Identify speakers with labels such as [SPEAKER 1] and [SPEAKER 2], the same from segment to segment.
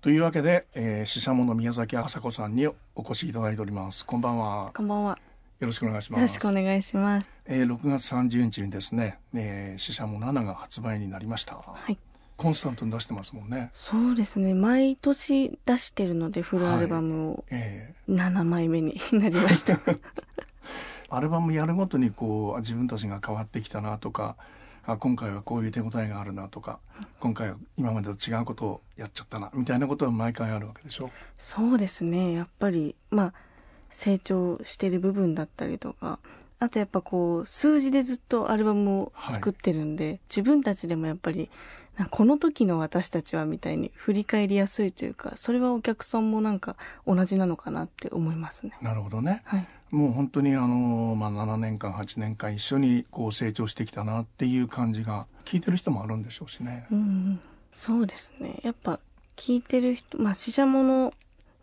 [SPEAKER 1] というわけで、えー、ししゃもの宮崎麻子さんにお越しいただいております。こんばんは。
[SPEAKER 2] こんばんは。
[SPEAKER 1] よろしくお願いしま
[SPEAKER 2] よ
[SPEAKER 1] す。
[SPEAKER 2] ろしくお願いします。
[SPEAKER 1] えー、6月30日にですね、えー、ししゃも7が発売になりました。
[SPEAKER 2] はい。
[SPEAKER 1] コンスタントに出してますもんね。
[SPEAKER 2] そうですね。毎年出してるので、フルアルバムを
[SPEAKER 1] え
[SPEAKER 2] 7枚目になりま した。
[SPEAKER 1] ー、アルバムやるごとにこうあ自分たちが変わってきたなとかあ今回はこういう手応えがあるなとか今回は今までと違うことをやっちゃったなみたいなことは毎回あるわけでしょ。
[SPEAKER 2] そうですね。やっぱり、まあ、成長してる部分だったりとか、あとやっぱこう、数字でずっとアルバムを作ってるんで、自分たちでもやっぱり、なんかこの時の私たちはみたいに振り返りやすいというか、それはお客さんもなんか同じなのかなって思いますね。
[SPEAKER 1] なるほどね。
[SPEAKER 2] はい。
[SPEAKER 1] もう本当にあの、まあ、7年間8年間一緒にこう成長してきたなっていう感じが聞いてる人もあるんでしょうしね。
[SPEAKER 2] うんうん、そうですねやっぱ聞いてる人まあ死者もの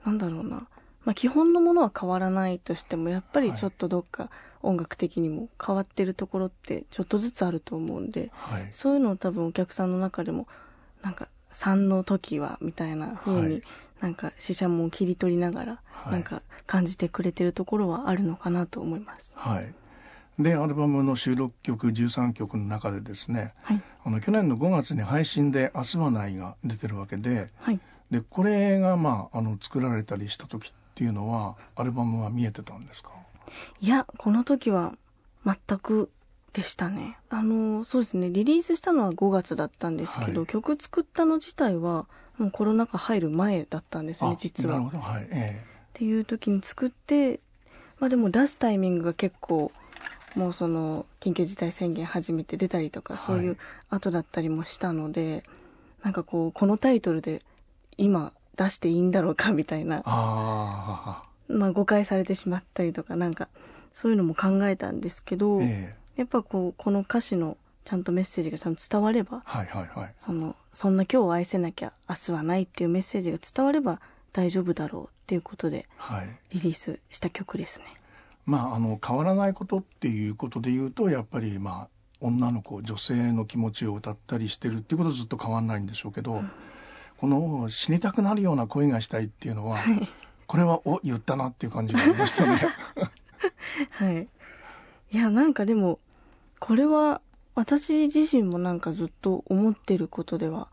[SPEAKER 2] なんだろうな、まあ、基本のものは変わらないとしてもやっぱりちょっとどっか音楽的にも変わってるところってちょっとずつあると思うんで
[SPEAKER 1] はい。
[SPEAKER 2] そういうのを多分お客さんの中でもなんか「3の時は」みたいな風に、
[SPEAKER 1] はい
[SPEAKER 2] なんか死者も切り取りながら、
[SPEAKER 1] はい
[SPEAKER 2] なんか感じてくれてるところはあるのかなと思います。
[SPEAKER 1] はい。で、アルバムの収録曲13曲の中でですね、
[SPEAKER 2] はい、
[SPEAKER 1] あの去年の5月に配信で明日はないが出てるわけで、
[SPEAKER 2] はい
[SPEAKER 1] で、これがまあ、あの、作られたりした時っていうのは、アルバムは見えてたんですか
[SPEAKER 2] いや、この時は全くでしたね。あの、そうですね、リリースしたのは5月だったんですけど、
[SPEAKER 1] はい
[SPEAKER 2] 曲作ったの自体は、もうコロナ禍入る前だったんですね、実
[SPEAKER 1] なる
[SPEAKER 2] は。っ
[SPEAKER 1] ほど。はい。え
[SPEAKER 2] ていう時に作って、まあでも出すタイミングが結構、もうその、緊急事態宣言始めて出たりとか、
[SPEAKER 1] はい
[SPEAKER 2] そういう後だったりもしたので、なんかこう、このタイトルで今出していいんだろうかみたいな
[SPEAKER 1] ああ
[SPEAKER 2] まあ、誤解されてしまったりとかなんかそういうのも考えたんですけ
[SPEAKER 1] ー、
[SPEAKER 2] ど、
[SPEAKER 1] ええ
[SPEAKER 2] やっぱこうこの歌詞のちゃんとメッセージがちゃんと伝われば
[SPEAKER 1] はいはいはい。
[SPEAKER 2] そのそんな今日を愛せなきゃ明日はないっていうメッセージが伝われば大丈夫だろうっていうことで
[SPEAKER 1] はい。
[SPEAKER 2] リリースした曲ですね。
[SPEAKER 1] まあ、あの変わらないことっていうことで言うとやっぱりまあ女の子女性の気持ちを歌ったりしてるっていうことはずっと変わらないんでしょうけど、この死にたくなるような恋がしたいっていうのは、これはお言ったなっていう感じがありましたね。
[SPEAKER 2] はい。 いや、なんかでも、これは私自身もなんかずっと思ってることでは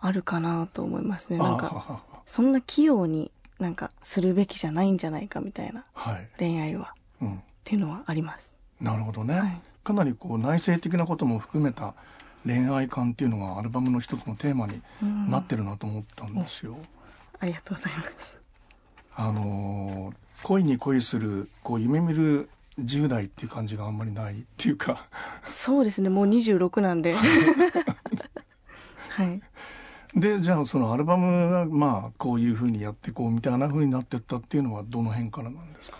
[SPEAKER 2] あるかなと思いますね。 なんか、
[SPEAKER 1] ああ
[SPEAKER 2] そんな器用になんかするべきじゃないんじゃないかみたいな
[SPEAKER 1] はい、
[SPEAKER 2] 恋愛は。
[SPEAKER 1] うん、
[SPEAKER 2] っていうのはあります。
[SPEAKER 1] なるほどね、
[SPEAKER 2] はい
[SPEAKER 1] かなりこう内省的なことも含めた恋愛観っていうのがアルバムの一つのテーマになってるなと思ったんですよ。
[SPEAKER 2] ありがとうございます。
[SPEAKER 1] あのー恋に恋するこう夢見る10代っていう感じがあんまりないっていうか
[SPEAKER 2] そうですね、もう26なんで。はい。
[SPEAKER 1] でじゃあそのアルバムがまあこういうふうにやってこうみたいなふうになってったっていうのはどの辺からなんですか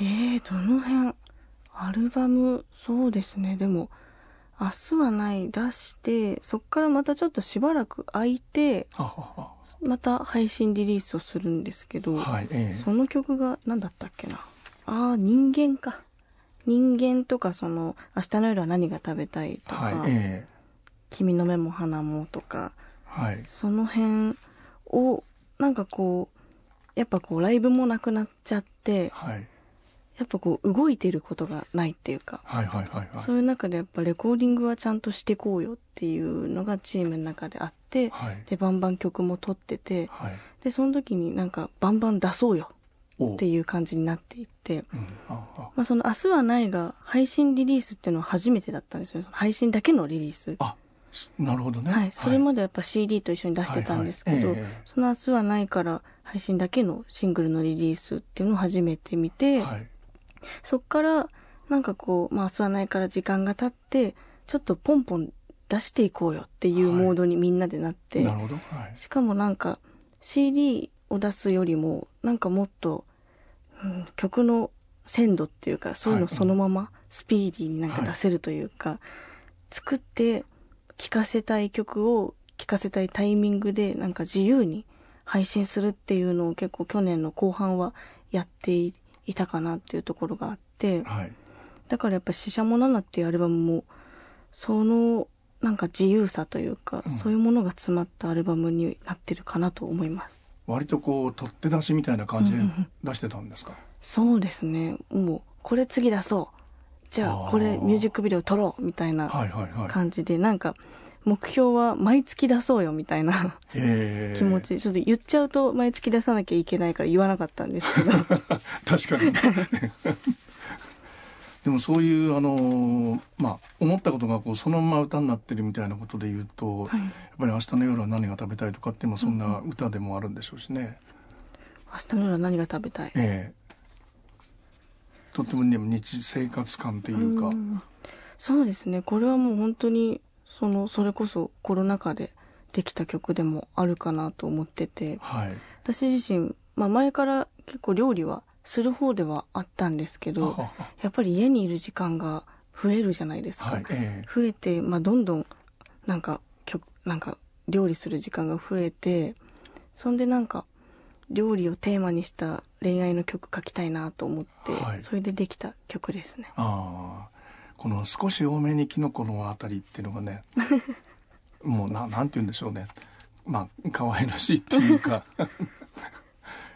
[SPEAKER 2] えー、どの辺アルバム、そうですね、でも、明日はない出して、そっからまたちょっとしばらく空いて、
[SPEAKER 1] はは
[SPEAKER 2] また配信リリースをするんですけど、
[SPEAKER 1] ははいええ
[SPEAKER 2] その曲が何だったっけな。ああ、人間か。人間とか、その、明日の夜は何が食べたいとか、
[SPEAKER 1] はいええ
[SPEAKER 2] 君の目も花もとか、
[SPEAKER 1] はい
[SPEAKER 2] その辺をなんかこうやっぱこうライブもなくなっちゃって
[SPEAKER 1] はい
[SPEAKER 2] やっぱこう動いてることがないっていうか、
[SPEAKER 1] はいはいはいは
[SPEAKER 2] そういう中でやっぱレコーディングはちゃんとしてこうよっていうのがチームの中であって、
[SPEAKER 1] いはい
[SPEAKER 2] でバンバン曲も撮ってて
[SPEAKER 1] はい
[SPEAKER 2] でその時になんかバンバン出そうよ
[SPEAKER 1] お
[SPEAKER 2] っていう感じになっていって。
[SPEAKER 1] うんああ
[SPEAKER 2] まあその明日はないが配信リリースっていうのは初めてだったんですよ。その配信だけのリリース。
[SPEAKER 1] あすなるほどね
[SPEAKER 2] はい、それまでやっぱ CD と一緒に出してたんですけど、
[SPEAKER 1] はいはいええ
[SPEAKER 2] その明日はないから配信だけのシングルのリリースっていうのを初めて見て、
[SPEAKER 1] はい
[SPEAKER 2] そっからなんかこう、まあ、明日はないから時間が経ってちょっとポンポン出していこうよっていう
[SPEAKER 1] はい
[SPEAKER 2] モードにみんなでなって、
[SPEAKER 1] なるほどはい
[SPEAKER 2] しかもなんか CD を出すよりもなんかもっと、うん曲の鮮度っていうかそういうの
[SPEAKER 1] はい
[SPEAKER 2] そのままスピーディーになんか
[SPEAKER 1] はい
[SPEAKER 2] 出せるというか、作って聴かせたい曲を聴かせたいタイミングでなんか自由に配信するっていうのを結構去年の後半はやっていたかなっていうところがあって。
[SPEAKER 1] はい
[SPEAKER 2] だからやっぱ「死者もナナ」っていうアルバムもそのなんか自由さというか、そういうものが詰まったアルバムになってるかなと思います。
[SPEAKER 1] 割とこう取って出しみたいな感じで出してたんですか、
[SPEAKER 2] そうですね。もう、これ次出そう。じゃ
[SPEAKER 1] あー
[SPEAKER 2] あ、これミュージックビデオ撮ろうみたいな
[SPEAKER 1] はいはいはい
[SPEAKER 2] 感じで、なんか、目標は毎月出そうよみたいな
[SPEAKER 1] えー
[SPEAKER 2] 気持ち、ちょっと言っちゃうと毎月出さなきゃいけないから言わなかったんですけど。
[SPEAKER 1] 確かに でもそういうあのーまあ思ったことがこうそのまま歌になってるみたいなことで言うと、
[SPEAKER 2] はい
[SPEAKER 1] やっぱり明日の夜は何が食べたいとかっていうのはそんな歌でもあるんでしょうしね、
[SPEAKER 2] 明日の夜は何が食べたい
[SPEAKER 1] ええとってもね日生活感っていうか、
[SPEAKER 2] んそうですねこれはもう本当にそのそれこそコロナ禍でできた曲でもあるかなと思ってて
[SPEAKER 1] はい
[SPEAKER 2] 私自身、まあ、前から結構料理はする方ではあったんですけど
[SPEAKER 1] ああ
[SPEAKER 2] やっぱり家にいる時間が増えるじゃないですか、
[SPEAKER 1] はいええ
[SPEAKER 2] 増えて、まあ、どんどんなんか曲なんか料理する時間が増えてそんでなんか料理をテーマにした恋愛の曲書きたいなと思って、
[SPEAKER 1] はい
[SPEAKER 2] それでできた曲ですね
[SPEAKER 1] ああこの少し多めにキノコのあたりっていうのが ねもうななんて言うんでしょうねまあ可愛らしいっていうか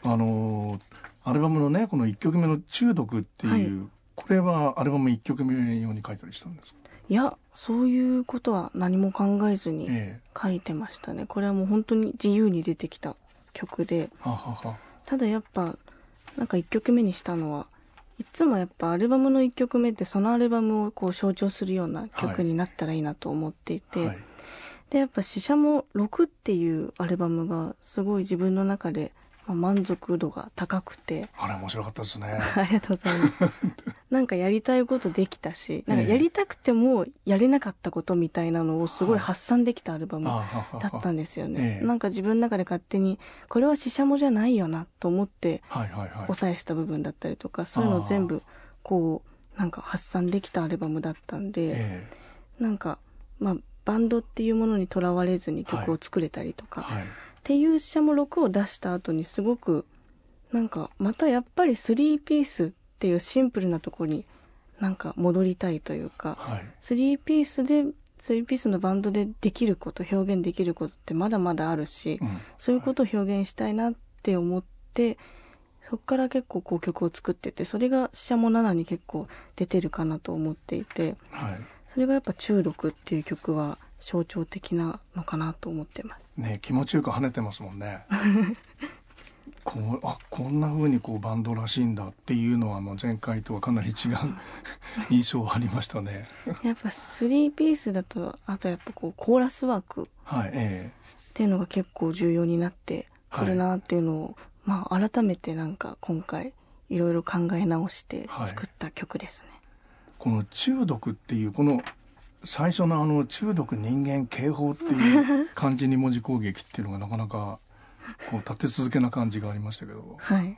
[SPEAKER 1] あのーアルバムのねこの1曲目の「中毒」っていう、これはアルバム1曲目用に書いたりしたんですか
[SPEAKER 2] いやそういうことは何も考えずに
[SPEAKER 1] ええ
[SPEAKER 2] 書いてましたねこれはもう本当に自由に出てきた曲で
[SPEAKER 1] ははは
[SPEAKER 2] ただやっぱなんか1曲目にしたのはいつもやっぱアルバムの1曲目ってそのアルバムをこう象徴するような
[SPEAKER 1] は
[SPEAKER 2] 曲
[SPEAKER 1] い
[SPEAKER 2] になったらいいなと思っていて、
[SPEAKER 1] はい
[SPEAKER 2] でやっぱ「死者も6」っていうアルバムがすごい自分の中でまあ満足度が高くて
[SPEAKER 1] あれ面白かったですね
[SPEAKER 2] ありがとうございます なんかやりたいことできたしなんか
[SPEAKER 1] ええ
[SPEAKER 2] やりたくてもやれなかったことみたいなのをすご
[SPEAKER 1] はい
[SPEAKER 2] い発散できたアルバム
[SPEAKER 1] ああは
[SPEAKER 2] だ
[SPEAKER 1] は
[SPEAKER 2] っ
[SPEAKER 1] は
[SPEAKER 2] たんですよね、
[SPEAKER 1] ええ
[SPEAKER 2] なんか自分の中で勝手にこれはししゃもじゃないよなと思って
[SPEAKER 1] はいはいはい
[SPEAKER 2] 抑えした部分だったりとかそういうのを全部こうなんか発散できたアルバムだったんで、
[SPEAKER 1] ええ
[SPEAKER 2] なんかまあバンドっていうものにとらわれずに曲を作れたりとか、
[SPEAKER 1] はい
[SPEAKER 2] っていうししゃも6を出した後にすごくなんかまたやっぱり3ピースっていうシンプルなところになんか戻りたいというか、
[SPEAKER 1] はい
[SPEAKER 2] 3ピースで3ピースのバンドでできること表現できることってまだまだあるし、
[SPEAKER 1] うん
[SPEAKER 2] そういうことを表現したいなって思ってそこから結構こう曲を作っててそれが「シャモ7」に結構出てるかなと思っていて
[SPEAKER 1] はい
[SPEAKER 2] それがやっぱ「中毒」っていう曲は象徴的なのかなと思ってます。
[SPEAKER 1] ね気持ちよく跳ねてますもん ねこうあこんな風にこうバンドらしいんだっていうのはもう前回とはかな り違う印象はありましたね
[SPEAKER 2] やっぱ3ピースだとあとやっぱこうコーラスワーク
[SPEAKER 1] はいえ
[SPEAKER 2] っていうのが結構重要になってくるなっていうのを、まあ改めてなんか今回いろいろ考え直して
[SPEAKER 1] はい
[SPEAKER 2] 作った曲ですね。
[SPEAKER 1] えこの中毒っていうこの最初のあの中毒人間警報っていう漢字二文字攻撃っていうのがなかなかこう立て続けな感じがありましたけど
[SPEAKER 2] はい。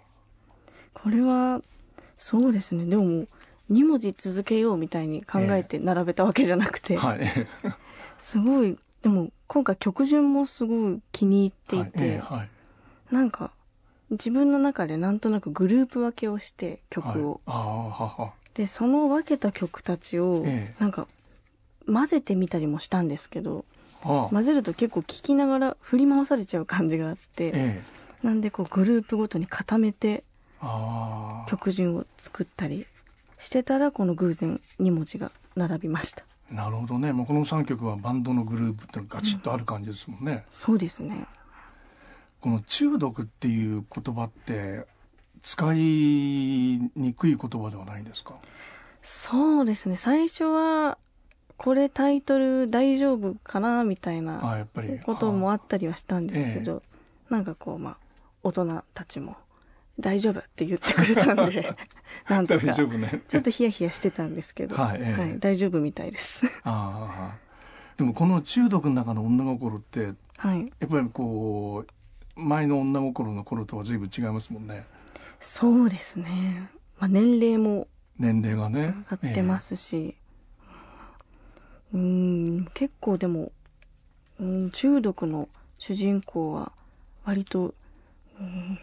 [SPEAKER 2] これは、そうですね。でももう、2文字続けようみたいに考えて並べたわけじゃなくて、
[SPEAKER 1] はいええ
[SPEAKER 2] すごい、でも今回曲順もすごい気に入ってい
[SPEAKER 1] はい
[SPEAKER 2] て、
[SPEAKER 1] ええはい
[SPEAKER 2] なんか、自分の中でなんとなくグループ分けをして
[SPEAKER 1] はい
[SPEAKER 2] 曲を、
[SPEAKER 1] ああはは
[SPEAKER 2] で、その分けた曲たちを、
[SPEAKER 1] ええ
[SPEAKER 2] なんか、混ぜてみたりもしたんですけど、
[SPEAKER 1] ああ
[SPEAKER 2] 混ぜると結構聴きながら振り回されちゃう感じがあっ
[SPEAKER 1] え
[SPEAKER 2] て、
[SPEAKER 1] え
[SPEAKER 2] なんでこうグループごとに固めて
[SPEAKER 1] ああ
[SPEAKER 2] 曲順を作ったりしてたらこの偶然2文字が並びました
[SPEAKER 1] なるほどねもうこの3曲はバンドのグループっていうのがガチッとある感じですもんね、
[SPEAKER 2] そうですね
[SPEAKER 1] この中毒っていう言葉って使いにくい言葉ではないんですか
[SPEAKER 2] そうですね最初はこれタイトル大丈夫かなみたい
[SPEAKER 1] あ
[SPEAKER 2] な
[SPEAKER 1] やっぱり
[SPEAKER 2] こともあったりはしたんですけど、なんかこうまあ大人たちも大丈夫って言ってくれたん でなんと
[SPEAKER 1] 大
[SPEAKER 2] か
[SPEAKER 1] 丈夫ね
[SPEAKER 2] ちょっとヒヤヒヤしてたんですけど、
[SPEAKER 1] はいええ
[SPEAKER 2] 大丈夫みたいです、
[SPEAKER 1] ああでもこの中毒の中の女心ってや
[SPEAKER 2] はい、
[SPEAKER 1] っぱりこう前の女心の頃とは随分違いますもんね
[SPEAKER 2] そうですね、まあ、年齢も
[SPEAKER 1] 年齢がね
[SPEAKER 2] 上がってま、すし、うーん結構でも、うん、中毒の主人公は割と、うん、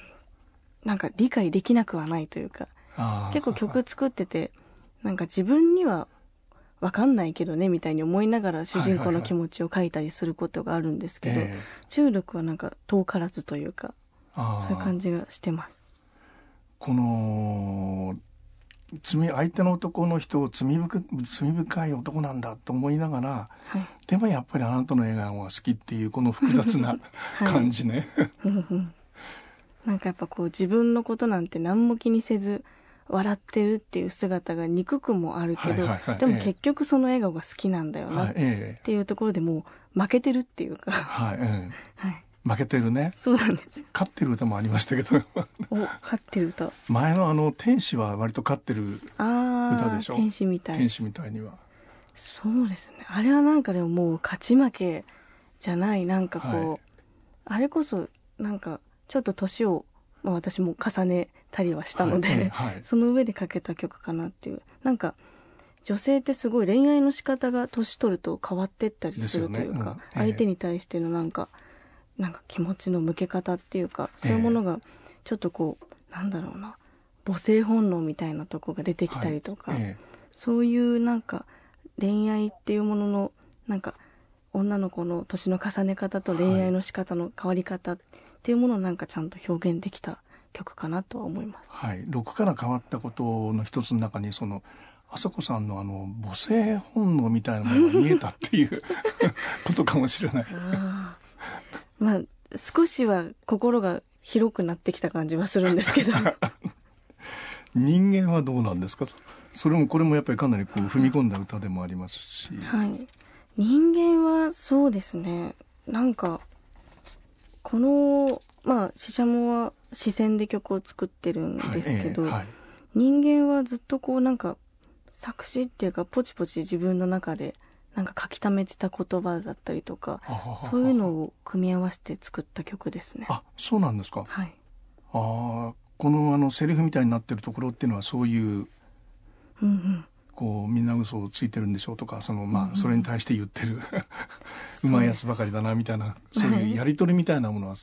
[SPEAKER 2] なんか理解できなくはないというか
[SPEAKER 1] ええああ
[SPEAKER 2] 結構曲作っててなんか自分にはわかんないけどねみたいに思いながら主人公の気持ちを書いたりすることがあるんですけど、
[SPEAKER 1] ええ
[SPEAKER 2] 中力はなんか遠からずというか
[SPEAKER 1] あ
[SPEAKER 2] そういう
[SPEAKER 1] ー
[SPEAKER 2] 感じがしてます。
[SPEAKER 1] この罪相手の男の人を罪深罪深い男なんだと思いながら
[SPEAKER 2] はい、
[SPEAKER 1] でもやっぱりあなたの笑顔が好きっていうこの複雑 な
[SPEAKER 2] い
[SPEAKER 1] 感じね。
[SPEAKER 2] うんうんなんかやっぱこう自分のことなんて何も気にせず笑ってるっていう姿が憎くもあるけど、
[SPEAKER 1] はいはいはい
[SPEAKER 2] でも
[SPEAKER 1] ええ
[SPEAKER 2] 結局その笑顔が好きなんだよな
[SPEAKER 1] は
[SPEAKER 2] っ
[SPEAKER 1] い、ええ
[SPEAKER 2] ていうところでもう負けてるっていうか、
[SPEAKER 1] はい、え
[SPEAKER 2] はい、
[SPEAKER 1] え負けてるね。
[SPEAKER 2] そうなんですよ。
[SPEAKER 1] 勝ってる歌もありましたけど、
[SPEAKER 2] お勝ってる歌あ
[SPEAKER 1] 前のあの天使は割と勝ってる
[SPEAKER 2] あ
[SPEAKER 1] 歌でしょ
[SPEAKER 2] 天使みたい
[SPEAKER 1] 天使みたいには。
[SPEAKER 2] そうですねあれはなんかでももう勝ち負けじゃないなんかこう、
[SPEAKER 1] はい
[SPEAKER 2] あれこそなんかちょっと年を、まあ、私も重ねたりはしたので、
[SPEAKER 1] はいええはい
[SPEAKER 2] その上でかけた曲かなっていうなんか女性ってすごい恋愛の仕方が年取ると変わってったりするという
[SPEAKER 1] ですよ
[SPEAKER 2] か、
[SPEAKER 1] ねうん
[SPEAKER 2] 相手に対してのなんかなんか気持ちの向け方っていうかそういうものがちょっとこう、なんだろうな母性本能みたいなとこが出てきたりとか、
[SPEAKER 1] はいえ
[SPEAKER 2] そういうなんか恋愛っていうもののなんか女の子の年の重ね方と恋愛の仕方の変わり方っていうものをなんかちゃんと表現できた曲かなとは思います。
[SPEAKER 1] はい、6から変わったことの一つの中にそのあさこさんのあの母性本能みたいなものが見えたっていう ことかもしれない。
[SPEAKER 2] あーまあ少しは心が広くなってきた感じはするんです けど
[SPEAKER 1] 人間はどうなんですかそそれもこれもやっぱりかなりこう踏み込んだ歌でもありますし、
[SPEAKER 2] はい人間はそうですねなんかこのまあししゃもは視線で曲を作ってるん
[SPEAKER 1] はい
[SPEAKER 2] ですけど、
[SPEAKER 1] ええはい
[SPEAKER 2] 人間はずっとこうなんか作詞っていうかポチポチ自分の中でなんか書き溜めてた言葉だったりとか
[SPEAKER 1] ははは
[SPEAKER 2] そういうのを組み合わせて作った曲ですね。
[SPEAKER 1] あそうなんですか
[SPEAKER 2] はい、
[SPEAKER 1] あーこのあのセリフみたいになってるところっていうのはそういう
[SPEAKER 2] うんうん、
[SPEAKER 1] こうみんな嘘をついてるんでしょうとかそのまあそれに対して言ってるうまいやつばかりだなみたいなそういうやり取りみたいなものは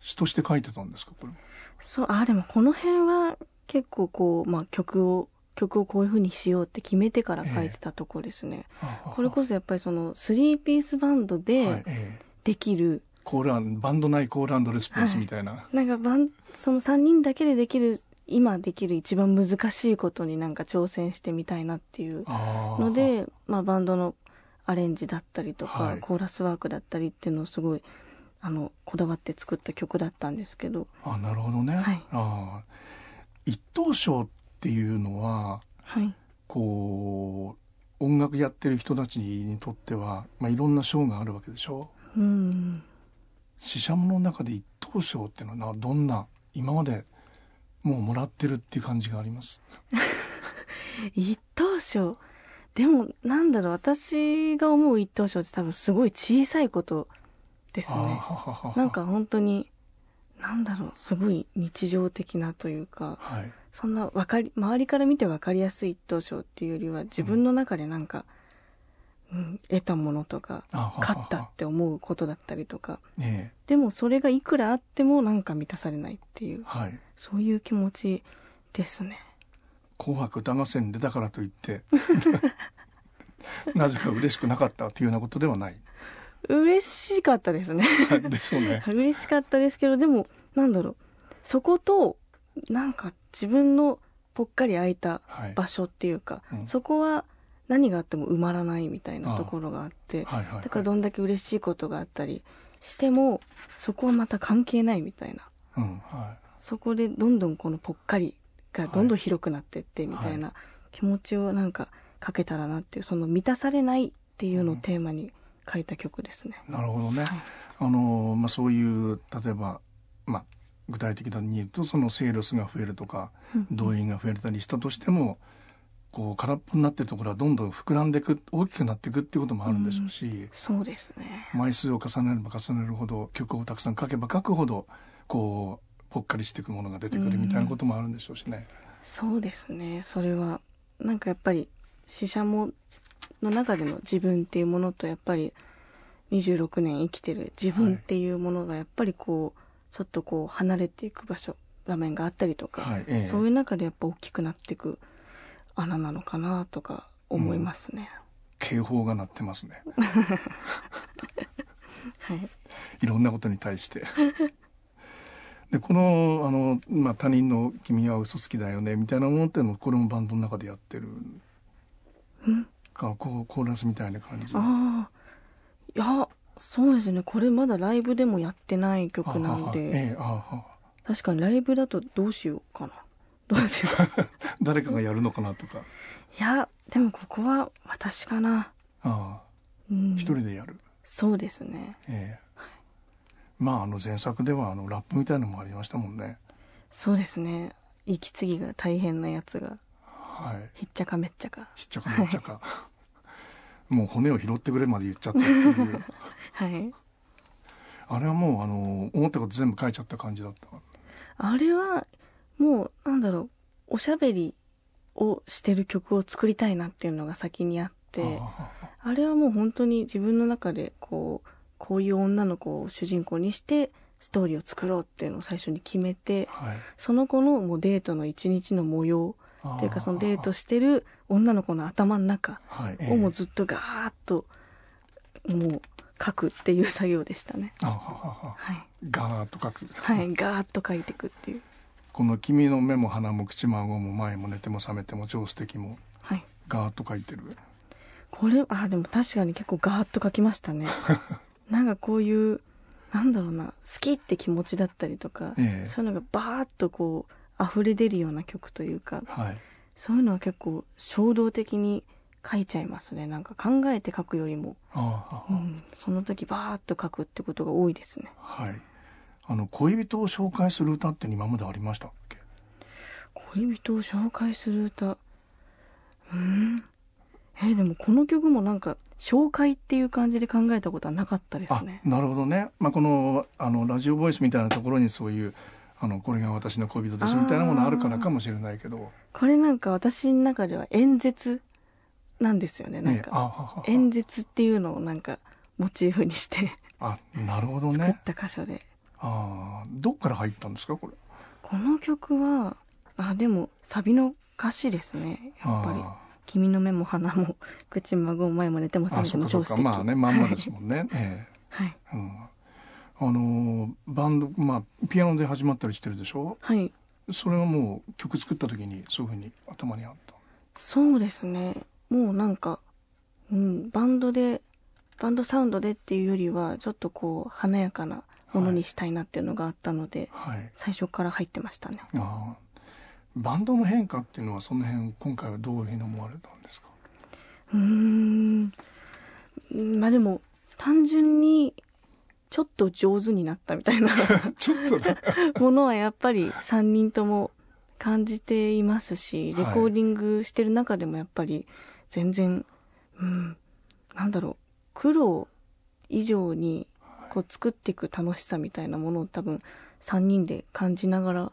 [SPEAKER 1] 詩として書いてたんですかこれも
[SPEAKER 2] そうあでもこの辺は結構こう、まあ、曲を曲をこういう風にしようって決めてから書いてたとこですね。
[SPEAKER 1] ああ
[SPEAKER 2] これこそやっぱりその3ピースバンド
[SPEAKER 1] はい
[SPEAKER 2] で
[SPEAKER 1] ええ
[SPEAKER 2] できる、
[SPEAKER 1] コールアンバンド内コールアンドレスポンスみたいな、
[SPEAKER 2] なんかバンその3人だけでできる今できる一番難しいことになんか挑戦してみたいなっていう
[SPEAKER 1] ああ
[SPEAKER 2] のでまあ、バンドのアレンジだったりとか、
[SPEAKER 1] はい
[SPEAKER 2] コーラスワークだったりっていうのをすごいあのこだわって作った曲だったんですけど、
[SPEAKER 1] あなるほどね、
[SPEAKER 2] はい
[SPEAKER 1] ああ一等賞っていうのは
[SPEAKER 2] はい、
[SPEAKER 1] こう音楽やってる人たちにとっては、まあ、いろんな賞があるわけでしょ
[SPEAKER 2] うん
[SPEAKER 1] 死者もの中で一等賞っていうのはなどんな今までもうもらってるっていう感じがあります
[SPEAKER 2] 一等賞でもなんだろう私が思う一等賞って多分すごい小さいことです
[SPEAKER 1] ああ
[SPEAKER 2] ね。
[SPEAKER 1] はははは
[SPEAKER 2] なんか本当になんだろうすごい日常的なというか
[SPEAKER 1] はい
[SPEAKER 2] そんなわかり周りから見て分かりやすい一等賞っていうよりは自分の中でなんか、うん、得たものとか
[SPEAKER 1] あははは
[SPEAKER 2] 勝ったって思うことだったりとか
[SPEAKER 1] ねえ
[SPEAKER 2] でもそれがいくらあってもなんか満たされないっていう
[SPEAKER 1] はい
[SPEAKER 2] そういう気持ちですね
[SPEAKER 1] 「紅白歌合戦」に出たからといって なぜか嬉しくなかったというようなことではない
[SPEAKER 2] 嬉しかったですね
[SPEAKER 1] はいでしょうね。
[SPEAKER 2] 嬉しかったですけどでもなんだろうそことなんか自分のぽっかり空いた
[SPEAKER 1] はい、
[SPEAKER 2] 場所っていうか、
[SPEAKER 1] うん
[SPEAKER 2] そこは何があっても埋まらないみたいなところがあって
[SPEAKER 1] はいはいはい
[SPEAKER 2] だからどんだけ嬉しいことがあったりしてもそこはまた関係ないみたいな
[SPEAKER 1] うんは
[SPEAKER 2] そこでどんどんこのぽっかりがどんどん広くなってってみたいな気持ちをなんかかけたらなっていうその満たされないっていうのをテーマに書いた曲ですね。
[SPEAKER 1] い、なるほどね。あのまあ、そういう例えば、まあ、具体的に言うとそのセールスが増えるとか
[SPEAKER 2] うん
[SPEAKER 1] 動員が増えたりしたとしてもこう空っぽになってるところはどんどん膨らんでいく大きくなっていくっていうこともあるんでしょうし、
[SPEAKER 2] そうですね。
[SPEAKER 1] 枚数を重ねれば重ねるほど曲をたくさん書けば書くほどこうぽっかりしていくものが出てくるみたいなこともあるんでしょうしね。
[SPEAKER 2] そうですねそれはなんかやっぱり死者もの中での自分っていうものとやっぱり26年生きてる自分っていうものがやっぱりこうちょっとこう離れていく場所場面があったりとか、
[SPEAKER 1] はいええ
[SPEAKER 2] そういう中でやっぱ大きくなっていく穴なのかなとか思いますね。
[SPEAKER 1] 警報が鳴ってますね
[SPEAKER 2] はい。
[SPEAKER 1] いろんなことに対 して。でこのあの、まあ、他人の「君は嘘つきだよね」みたいなものってのもこれもバンドの中でやってるかこうコーラスみたいな感じ
[SPEAKER 2] ああ。いや、そうですね。これまだライブでもやってない曲なん
[SPEAKER 1] ああ
[SPEAKER 2] で、
[SPEAKER 1] ええああ
[SPEAKER 2] 確かにライブだとどうしようかな。どうしよう。
[SPEAKER 1] あ誰かがやるのかなとか
[SPEAKER 2] いや、でもここは私かな。
[SPEAKER 1] ああ
[SPEAKER 2] うん
[SPEAKER 1] 一。人でやる、
[SPEAKER 2] そうですね。
[SPEAKER 1] ええまああの前作ではあのラップみたいなのもありましたもんね
[SPEAKER 2] そうですね。息継ぎが大変なやつが、
[SPEAKER 1] はい
[SPEAKER 2] ひっちゃかめっちゃか。
[SPEAKER 1] ひっちゃかめっちゃかもう骨を拾ってくれまで言っちゃったっていう
[SPEAKER 2] はい。
[SPEAKER 1] あれはもうあの思ったこと全部書いちゃった感じだったから
[SPEAKER 2] あれは、もう、なんだろう、おしゃべりをしてる曲を作りたいなっていうのが先にあって、
[SPEAKER 1] ああ
[SPEAKER 2] あれはもう本当に自分の中で、こう、こういう女の子を主人公にして、ストーリーを作ろうっていうのを最初に決めて、
[SPEAKER 1] はい
[SPEAKER 2] その後のもうデートの一日の模様
[SPEAKER 1] ああ
[SPEAKER 2] っていうかそのデートしてる女の子の頭の中
[SPEAKER 1] はいええ
[SPEAKER 2] をもうずっとガーッともう書くっていう作業でしたね。
[SPEAKER 1] あははは
[SPEAKER 2] はい。
[SPEAKER 1] ガーッと書く、
[SPEAKER 2] はい。ガーッと書いていくっていう。
[SPEAKER 1] この「君の目も鼻も口も顎も前も寝ても覚めても超素敵も
[SPEAKER 2] はい。」
[SPEAKER 1] ガーッと書いてる
[SPEAKER 2] これあでも確かに結構ガーッと書きまし たねなんかこういうなんだろうな好きって気持ちだったりとか、
[SPEAKER 1] ええ
[SPEAKER 2] そういうのがバーッとこう溢れ出るような曲というか
[SPEAKER 1] はい
[SPEAKER 2] そういうのは結構衝動的に書いちゃいますねなんか考えて書くよりも、
[SPEAKER 1] ああ
[SPEAKER 2] う
[SPEAKER 1] あ
[SPEAKER 2] ん、その時バーッと書くってことが多いですね
[SPEAKER 1] あはいあの恋人を紹介する歌って今までありましたっけ
[SPEAKER 2] 恋人を紹介する歌うんえーでもこの曲もなんか紹介っていう感じで考えたことはなかったです
[SPEAKER 1] あ
[SPEAKER 2] ね
[SPEAKER 1] なるほどね、まあ、このあのラジオボイスみたいなところにそういうあのこれが私の恋人ですみたいなものあるからかもしれないけど
[SPEAKER 2] これなんか私の中では演説なんですよねなん
[SPEAKER 1] ねあ
[SPEAKER 2] か
[SPEAKER 1] はは
[SPEAKER 2] 演説っていうのをなんかモチーフにして
[SPEAKER 1] あなるほど
[SPEAKER 2] 作っ
[SPEAKER 1] ね
[SPEAKER 2] た箇所で、
[SPEAKER 1] ああどっから入ったんですかこれ
[SPEAKER 2] この曲はあでもサビの歌詞ですねやっぱり
[SPEAKER 1] あ
[SPEAKER 2] 「君の目も鼻も口も顎も前も寝ても
[SPEAKER 1] ああ
[SPEAKER 2] 覚めて
[SPEAKER 1] そう
[SPEAKER 2] も
[SPEAKER 1] かそう
[SPEAKER 2] 超素
[SPEAKER 1] か
[SPEAKER 2] 敵
[SPEAKER 1] まあねまんまですもんね、え
[SPEAKER 2] はい、
[SPEAKER 1] えうん、あのバンドまあピアノで始まったりしてるでしょ
[SPEAKER 2] はい、
[SPEAKER 1] それはもう曲作った時にそういうふうに頭にあった
[SPEAKER 2] そうですねもうなんか、うん、バンドでバンドサウンドでっていうよりはちょっとこう華やかなものにしたいなっていうのがあったので、
[SPEAKER 1] はい
[SPEAKER 2] 最初から入ってましたね
[SPEAKER 1] ああバンドの変化っていうのはその辺今回はどういうふうに思われたんですか
[SPEAKER 2] うーんまあでも単純にちょっと上手になったみたいな
[SPEAKER 1] ちょっとね
[SPEAKER 2] ものはやっぱり3人とも感じていますし
[SPEAKER 1] はい
[SPEAKER 2] レコーディングしてる中でもやっぱり全然、うんなんだろう苦労以上にこう作っていく楽しさみたいなものを多分3人で感じながら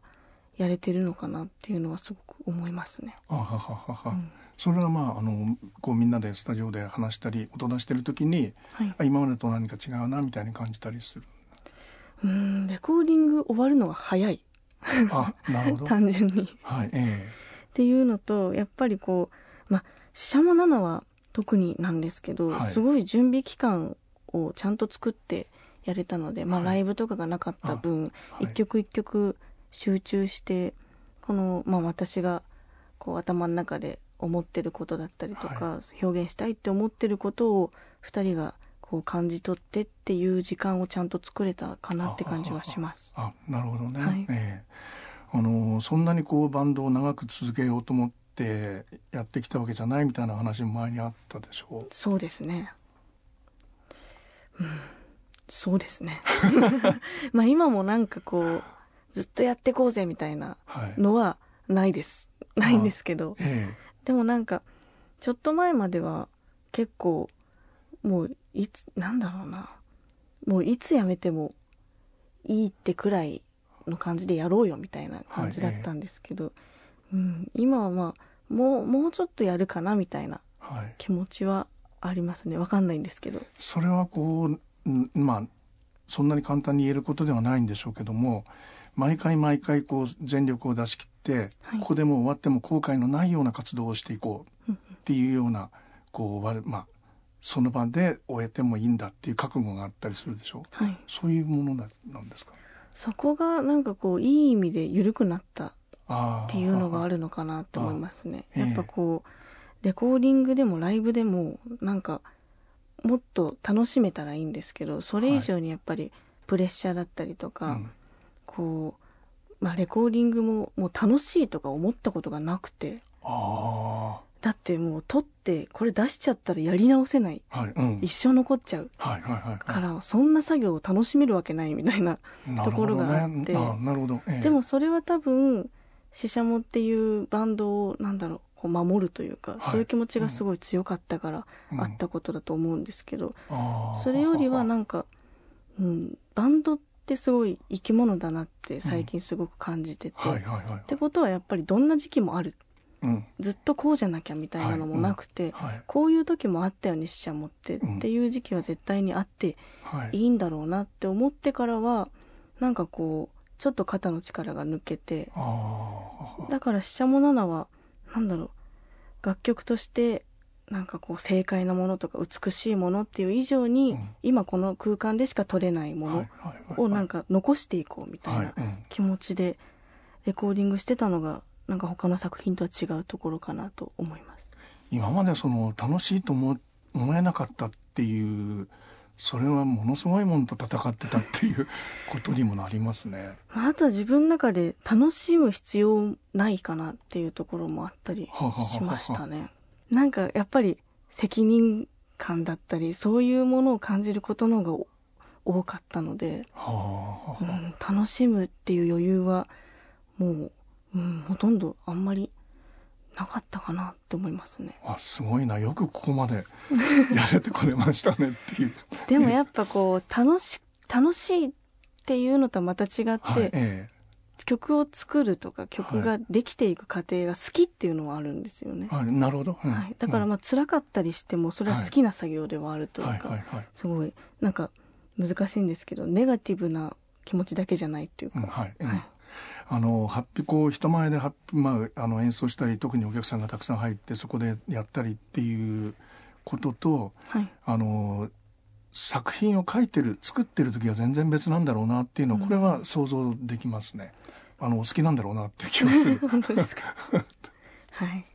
[SPEAKER 2] やれてるのかなっていうのはすごく思いますね。
[SPEAKER 1] あはははは、
[SPEAKER 2] うん
[SPEAKER 1] それはまああのこうみんなでスタジオで話したり音出してる時に
[SPEAKER 2] はい
[SPEAKER 1] あ今までと何か違うなみたいに感じたり する
[SPEAKER 2] うんレコーディング終わるのが早い
[SPEAKER 1] あなるほどは
[SPEAKER 2] 単純にっ
[SPEAKER 1] いえ
[SPEAKER 2] ていうのとやっぱりこうまあシャモ7は特になんですけど、
[SPEAKER 1] はい
[SPEAKER 2] すごい準備期間をちゃんと作ってやれたので、まあ、
[SPEAKER 1] はい
[SPEAKER 2] ライブとかがなかった分、
[SPEAKER 1] え
[SPEAKER 2] 一曲一曲集中してこの、まあ、私がこう頭の中で思ってることだったりとか、表現したいって思ってることを2人がこう感じ取ってっていう時間をちゃんと作れたかなって感じはします。
[SPEAKER 1] あなるほどね、
[SPEAKER 2] はい
[SPEAKER 1] ええあのそんなにこうバンドを長く続けようと思ってやってきたわけじゃないみたいな話も前にあったでしょう
[SPEAKER 2] そうですね。うん、そうですね。まあ今もなんかこう、ずっとやってこうぜみたいな
[SPEAKER 1] はい
[SPEAKER 2] のはないです。ないんですけど。
[SPEAKER 1] え
[SPEAKER 2] でもなんか、ちょっと前までは結構、もういつ、なんだろうな。もういつやめてもいいってくらいの感じでやろうよみたいな感じだったんですけど、うん、今はまあ、もう、もうちょっとやるかなみたいな
[SPEAKER 1] えはい
[SPEAKER 2] 気持ちはありますねわかんないんですけど
[SPEAKER 1] それはこう、んまあ、そんなに簡単に言えることではないんでしょうけども、毎回毎回こう全力を出し切って、
[SPEAKER 2] はい
[SPEAKER 1] ここでもう終わっても後悔のないような活動をしていこうっっていうようなこうわまあその場で終えてもいいんだっていう覚悟があったりするでしょ
[SPEAKER 2] はい、
[SPEAKER 1] そういうものななんですか
[SPEAKER 2] そこがなんかこういい意味で緩くなった
[SPEAKER 1] あー
[SPEAKER 2] っていうのがあるのかなって思いますね。
[SPEAKER 1] ああ
[SPEAKER 2] やっぱこう、レコーディングでもライブでも、なんか、もっと楽しめたらいいんですけど、それ以上にやっぱりプレッシャーだったりとか、
[SPEAKER 1] うん
[SPEAKER 2] こう、まあレコーディングももう楽しいとか思ったことがなくて、
[SPEAKER 1] あ
[SPEAKER 2] だってもう撮ってこれ出しちゃったらやり直せない。
[SPEAKER 1] ーはいうん
[SPEAKER 2] 一生残っちゃう。
[SPEAKER 1] はいはいはい
[SPEAKER 2] か
[SPEAKER 1] は
[SPEAKER 2] ら、そんな作業を楽しめるわけないみたいな。
[SPEAKER 1] いな
[SPEAKER 2] ところがあって
[SPEAKER 1] るほどねあーなるほど、ええ
[SPEAKER 2] でもそれは多分シシャモっていうバンドをなんだろうこう守るというか、
[SPEAKER 1] い
[SPEAKER 2] そういう気持ちがすごい強かったから
[SPEAKER 1] うん
[SPEAKER 2] あったことだと思うんですけど、
[SPEAKER 1] あー
[SPEAKER 2] それよりはなんか、うん、バンドってすごい生き物だなって最近すごく感じてて、
[SPEAKER 1] はいはい
[SPEAKER 2] っ
[SPEAKER 1] はい
[SPEAKER 2] てことはやっぱりどんな時期もある
[SPEAKER 1] うん
[SPEAKER 2] ずっとこうじゃなきゃみたいなのもなくて、
[SPEAKER 1] はい
[SPEAKER 2] こういう時もあったよねシシャモって、
[SPEAKER 1] うん
[SPEAKER 2] っていう時期は絶対にあって
[SPEAKER 1] はい
[SPEAKER 2] いいんだろうなって思ってからはなんかこうちょっと肩の力が抜けて
[SPEAKER 1] あー
[SPEAKER 2] だからシシャモナナはなんだろう楽曲としてなんかこう正解なものとか美しいものっていう以上に、
[SPEAKER 1] うん
[SPEAKER 2] 今この空間でしか撮れないも
[SPEAKER 1] はいは
[SPEAKER 2] の
[SPEAKER 1] いはい
[SPEAKER 2] をなんか残していこうみたい
[SPEAKER 1] はい
[SPEAKER 2] な
[SPEAKER 1] うん
[SPEAKER 2] 気持ちでレコーディングしてたのがなんか他の作品とは違うところかなと思います。
[SPEAKER 1] 今までその楽しいと思思えなかったっていうそれはものすごいものと戦ってたっていうことにもなりますね。
[SPEAKER 2] まあ、あとは自分の中で楽しむ必要ないかなっていうところもあったりしましたね。なんかやっぱり責任感だったりそういうものを感じることの方が多かったので、
[SPEAKER 1] はあは
[SPEAKER 2] う
[SPEAKER 1] あ、
[SPEAKER 2] ん、楽しむっていう余裕はもう、うん、ほとんどあんまりなかったかなって思いますね。
[SPEAKER 1] あすごいなよくここまでやれてこれましたねっていう。
[SPEAKER 2] でもやっぱこう楽し楽しいっていうのとはまた違って、
[SPEAKER 1] はい、え
[SPEAKER 2] 曲を作るとか曲ができていく過程が好きっていうのはあるんですよね
[SPEAKER 1] え、。はい、なるほど。うん
[SPEAKER 2] はい、だから
[SPEAKER 1] うん
[SPEAKER 2] まあ辛かったりしてもそれは好きな作業ではあるというか、
[SPEAKER 1] はいはいはい。
[SPEAKER 2] すごいなんか難しいんですけどネガティブな気持ちだけじゃないっていう
[SPEAKER 1] う
[SPEAKER 2] か、
[SPEAKER 1] んはい、うん
[SPEAKER 2] はい
[SPEAKER 1] あのハッピこう人前でハッピまああの演奏したり特にお客さんがたくさん入ってそこでやったりっていうことと
[SPEAKER 2] はい
[SPEAKER 1] あの作品を書いてる作ってる時は全然別なんだろうなっていうのはこれは想像できますね、あのお好きなんだろうなっていう気がする
[SPEAKER 2] 本当で すかはい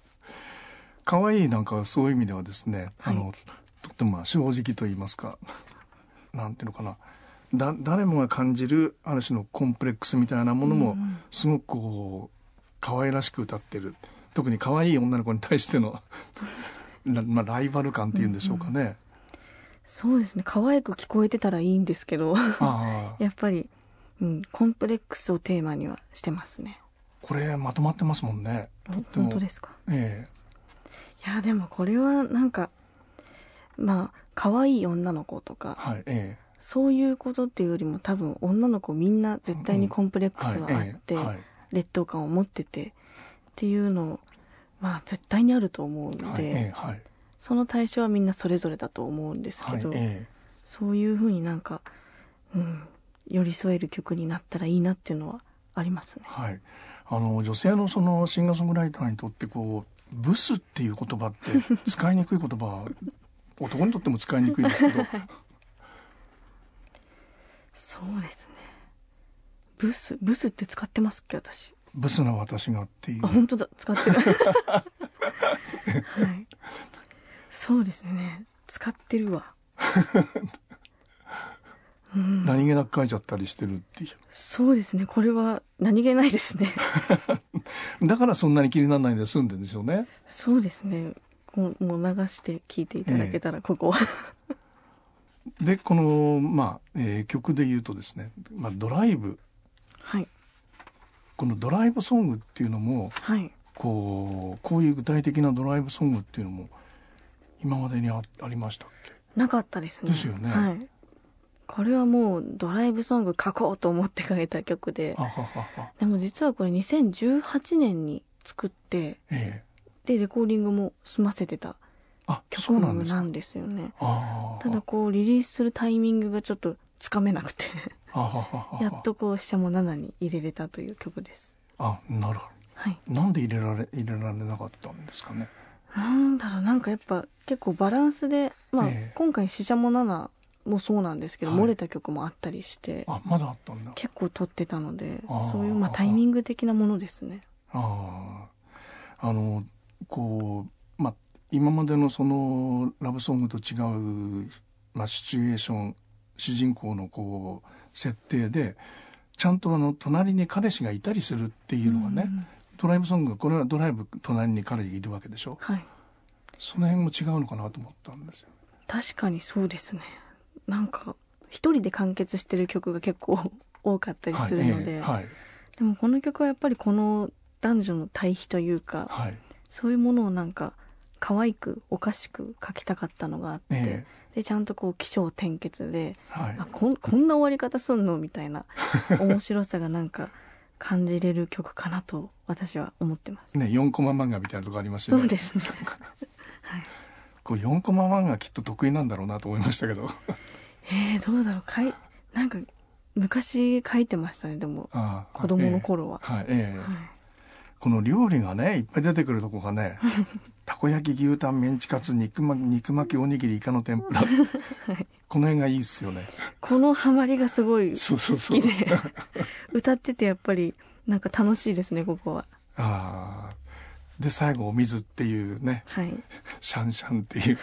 [SPEAKER 1] 可愛いなんかはそういう意味ではですね、
[SPEAKER 2] は
[SPEAKER 1] あ
[SPEAKER 2] い
[SPEAKER 1] のとってもまあ正直と言いますか なんていうのかなだ誰もが感じるある種のコンプレックスみたいなものもすごくこう可愛らしく歌ってる特に可愛い女の子に対しての なまあライバル感っていうんでしょうかね、
[SPEAKER 2] そうですね可愛く聞こえてたらいいんですけど
[SPEAKER 1] ああ
[SPEAKER 2] やっぱり、うん、コンプレックスをテーマにはしてますね
[SPEAKER 1] これまとまってますもんねとっても
[SPEAKER 2] 本当ですか
[SPEAKER 1] え
[SPEAKER 2] いやでもこれはなんかまあ可愛い女の子と
[SPEAKER 1] え
[SPEAKER 2] か
[SPEAKER 1] はいえ
[SPEAKER 2] そういうことっていうよりも多分女の子みんな絶対にコンプレッ
[SPEAKER 1] え
[SPEAKER 2] クスは
[SPEAKER 1] は
[SPEAKER 2] あ
[SPEAKER 1] いえ
[SPEAKER 2] っ
[SPEAKER 1] え
[SPEAKER 2] て
[SPEAKER 1] はい
[SPEAKER 2] 劣等感を持っててっていうのをまあ絶対にあると思うの
[SPEAKER 1] はい
[SPEAKER 2] で、
[SPEAKER 1] ええはい
[SPEAKER 2] その対象はみんなそれぞれだと思うんです
[SPEAKER 1] は
[SPEAKER 2] け
[SPEAKER 1] い
[SPEAKER 2] ど、
[SPEAKER 1] え
[SPEAKER 2] そういうふうになんか、うん、寄り添える曲になったらいいなっていうのはありますね
[SPEAKER 1] え。はいあの女性のそのシンガーソングライターにとってこうブスっていう言葉って使いにくい言葉男にとっても使いにくいですけど
[SPEAKER 2] そうですね。ブスブスって使ってますっけ私。
[SPEAKER 1] ブスな私がっていう
[SPEAKER 2] あ本当だ 使ってる。はい。そうですね使ってるわ。
[SPEAKER 1] 何気なく書いちゃったりしてるっていう
[SPEAKER 2] そうですねこれは何気ないですね。
[SPEAKER 1] だからそんなに気にならないで済んでるんでしょうね。
[SPEAKER 2] そうですね。もうもう流して聞いていただけたら、ここは。
[SPEAKER 1] でこの、まあえー曲で言うとですね「まあ、ドライブ
[SPEAKER 2] はい。」
[SPEAKER 1] このドライブソングっていうのも
[SPEAKER 2] はい。
[SPEAKER 1] こうこういう具体的なドライブソングっていうのも今までにあありましたっけ
[SPEAKER 2] なかったですね。
[SPEAKER 1] ですよね
[SPEAKER 2] はい。これはもうドライブソング書こうと思って書いた曲で
[SPEAKER 1] あ。ははは
[SPEAKER 2] でも実はこれ2018年に作って、
[SPEAKER 1] ええ
[SPEAKER 2] で、レコーディングも済ませてた
[SPEAKER 1] あそ
[SPEAKER 2] 曲
[SPEAKER 1] うなんです
[SPEAKER 2] な
[SPEAKER 1] か
[SPEAKER 2] んですよね。
[SPEAKER 1] あー
[SPEAKER 2] ただこう、リリースするタイミングがちょっとつかめなくて、
[SPEAKER 1] あははは
[SPEAKER 2] やっとこう、シャモ7に入れれたという曲です。
[SPEAKER 1] あなるほ
[SPEAKER 2] はい。
[SPEAKER 1] どなんで入れられ入れられなかったんですかね
[SPEAKER 2] なんだろうなんかやっぱ結構バランスで、まあ
[SPEAKER 1] ええ
[SPEAKER 2] 今回「死者も7」もそうなんですけど、
[SPEAKER 1] はい
[SPEAKER 2] 漏れた曲もあったりして
[SPEAKER 1] あまだあったんだ
[SPEAKER 2] 結構撮ってたので
[SPEAKER 1] あー
[SPEAKER 2] そういうまあタイミング的なものですね。
[SPEAKER 1] あああのこうまあ今までのそのラブソングと違う、まあ、シチュエーション主人公のこう設定でちゃんとあの隣に彼氏がいたりするっていうのはね、
[SPEAKER 2] うんうん
[SPEAKER 1] ドライブソングがこれはドライブ隣に彼がいるわけでしょ
[SPEAKER 2] はい、
[SPEAKER 1] その辺も違うのかなと思ったんですよ。
[SPEAKER 2] 確かにそうですねなんか一人で完結してる曲が結構 多かったり
[SPEAKER 1] はい
[SPEAKER 2] するので、
[SPEAKER 1] ええはい
[SPEAKER 2] でもこの曲はやっぱりこの男女の対比というか、
[SPEAKER 1] はい
[SPEAKER 2] そういうものをなんか可愛くおかしく書きたかったのがあって、
[SPEAKER 1] ええ
[SPEAKER 2] でちゃんとこう起承転結で、
[SPEAKER 1] はい
[SPEAKER 2] あこん こんな終わり方すんのみたいな面白さがなんか感じれる曲かなと私は思ってます。
[SPEAKER 1] ね、4コマ漫画みたいなとこありますよ
[SPEAKER 2] そう
[SPEAKER 1] ね
[SPEAKER 2] ですね。 はい。
[SPEAKER 1] こう4コマ漫画きっと得意なんだろうなと思いましたけど
[SPEAKER 2] えー、どうだろうかいなんか昔書いてましたねでも
[SPEAKER 1] ああ
[SPEAKER 2] 子供の頃は。
[SPEAKER 1] はいええ
[SPEAKER 2] はい
[SPEAKER 1] この料理がねいっぱい出てくるとこが ねたこ焼き牛タンメンチカツ肉ま肉巻きおにぎりイカの天ぷら、この辺がいいっすよね
[SPEAKER 2] このハマりがすごい好きで
[SPEAKER 1] そうそうそう
[SPEAKER 2] 歌っててやっぱりなんか楽しいですねここは。
[SPEAKER 1] ああで最後お水っていうね
[SPEAKER 2] はい。
[SPEAKER 1] シャンシャンっていう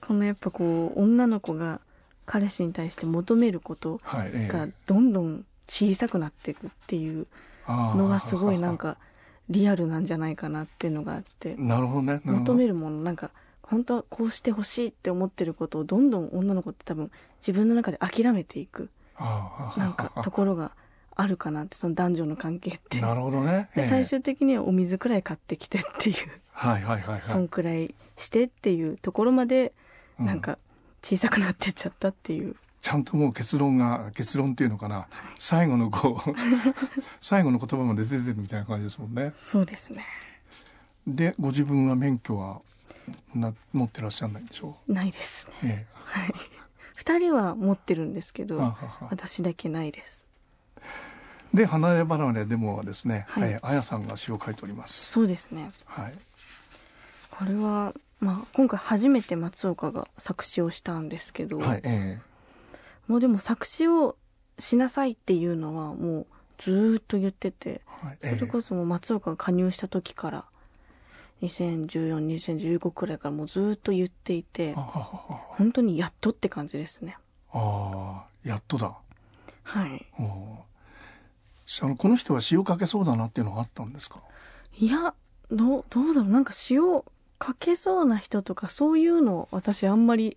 [SPEAKER 2] このやっぱこう女の子が彼氏に対して求めること
[SPEAKER 1] はいえ
[SPEAKER 2] がどんどん小さくなっていくっていうの
[SPEAKER 1] の
[SPEAKER 2] がすごいなんかリアルなんじゃないかなっていうのがあって
[SPEAKER 1] なるほどねなるほど
[SPEAKER 2] 求めるものなんか本当はこうしてほしいって思ってることをどんどん女の子って多分自分の中で諦めていく
[SPEAKER 1] ああ
[SPEAKER 2] なんかところがあるかなってその男女の関係って。
[SPEAKER 1] なるほどね、え
[SPEAKER 2] で
[SPEAKER 1] え
[SPEAKER 2] 最終的にはお水くらい買ってきてっていう
[SPEAKER 1] はいはいはいは
[SPEAKER 2] そ
[SPEAKER 1] い
[SPEAKER 2] んくらいしてっていうところまで
[SPEAKER 1] うん
[SPEAKER 2] なんか小さくなってっちゃったっていう
[SPEAKER 1] ちゃんともう結論が結論っていうのかな最後のこ う最後の言葉まで出てるみたいな感じですもんね
[SPEAKER 2] そうですね
[SPEAKER 1] でご自分は免許はな持ってらっしゃらないんでしょ
[SPEAKER 2] ないですね
[SPEAKER 1] う、ええ
[SPEAKER 2] はい2人は持ってるんですけど
[SPEAKER 1] あはは
[SPEAKER 2] 私だけないです
[SPEAKER 1] で「離れ離れ」でもはですね、
[SPEAKER 2] はい
[SPEAKER 1] ええあやさんが詩を書いております
[SPEAKER 2] そうですね
[SPEAKER 1] はい
[SPEAKER 2] これは、まあ、今回初めて松岡が作詞をしたんですけど、
[SPEAKER 1] はいえ
[SPEAKER 2] もうでも作詞をしなさいっていうのはもうずーっと言ってて
[SPEAKER 1] えはいえ
[SPEAKER 2] そ
[SPEAKER 1] え
[SPEAKER 2] れこそもう松岡が加入した時から20142015くらいからもうずーっと言っていて
[SPEAKER 1] あははは
[SPEAKER 2] 本当にやっとって感じですね
[SPEAKER 1] あーやっとだ
[SPEAKER 2] はい
[SPEAKER 1] おーあのこの人は詩を書けそうだなっていうのがあったんですか
[SPEAKER 2] いやどうどうだろうなんか詩を書けそうな人とかそういうのを私あんまり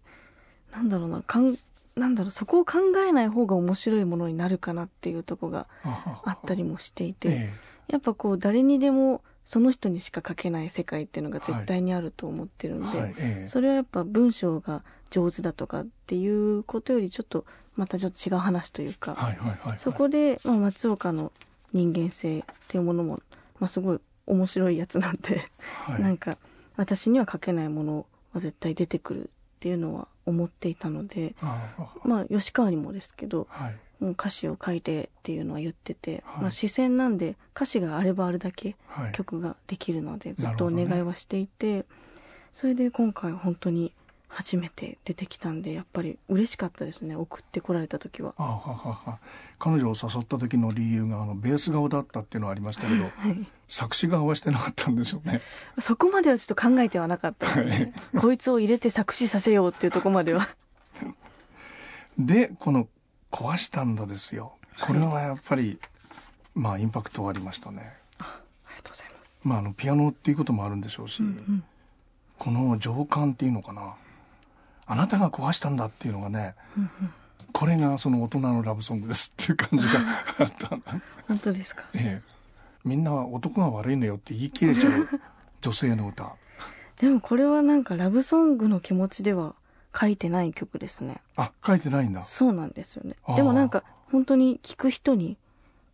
[SPEAKER 2] なんだろうなかんなんだろうそこを考えない方が面白いものになるかなっていうとこが
[SPEAKER 1] あはは
[SPEAKER 2] あったりもしていて、
[SPEAKER 1] え
[SPEAKER 2] やっぱこう誰にでもその人にしか書けない世界っていうのが絶対にあると思ってる
[SPEAKER 1] え
[SPEAKER 2] んで、
[SPEAKER 1] はいええ
[SPEAKER 2] それはやっぱ文章が上手だとかっていうことよりちょっとまたちょっと違う話というか、
[SPEAKER 1] はいはいはいはい
[SPEAKER 2] そこで、まあ、松岡の人間性っていうものも、まあ、すごい面白いやつなんで、
[SPEAKER 1] はい
[SPEAKER 2] なんか私には書けないものは絶対出てくるっていうのは思っていたので、
[SPEAKER 1] ああ
[SPEAKER 2] まあ、吉川にもですけど
[SPEAKER 1] はい
[SPEAKER 2] もう歌詞を書いてっていうのは言ってて、
[SPEAKER 1] はい
[SPEAKER 2] まあ、視線なんで歌詞があればあるだけ
[SPEAKER 1] はい
[SPEAKER 2] 曲ができるのでず
[SPEAKER 1] な
[SPEAKER 2] っ
[SPEAKER 1] る
[SPEAKER 2] と
[SPEAKER 1] ほ
[SPEAKER 2] お
[SPEAKER 1] どね
[SPEAKER 2] 願いはしていて、それで今回本当に初めて出てきたんでやっぱり嬉しかったですね送ってこられた時は。
[SPEAKER 1] あははは彼女を誘った時の理由があのベース顔だったっていうのはありましたけど
[SPEAKER 2] はい
[SPEAKER 1] 作詞側はしてなかったんですよね。
[SPEAKER 2] そこまではちょっと考えてはなかったですね。こいつを入れて作詞させようっていうとこまでは。
[SPEAKER 1] でこの「壊したんだ」ですよ。これはやっぱりまあインパクトはありましたね。
[SPEAKER 2] ありがとうございます。
[SPEAKER 1] まああのピアノっていうこともあるんでしょうし、この情感っていうのかなあなたが壊したんだっていうのがね、これがその大人のラブソングですっていう感じがあったんだ。
[SPEAKER 2] 本当ですか。
[SPEAKER 1] ええ、みんなは男が悪いのよって言い切れちゃ う女性の歌。
[SPEAKER 2] でもこれはなんかラブソングの気持ちでは書いてない曲ですね。
[SPEAKER 1] あ、書いてないんだ。
[SPEAKER 2] そうなんですよね
[SPEAKER 1] あ。ー
[SPEAKER 2] でもなんか本当に聞く人に、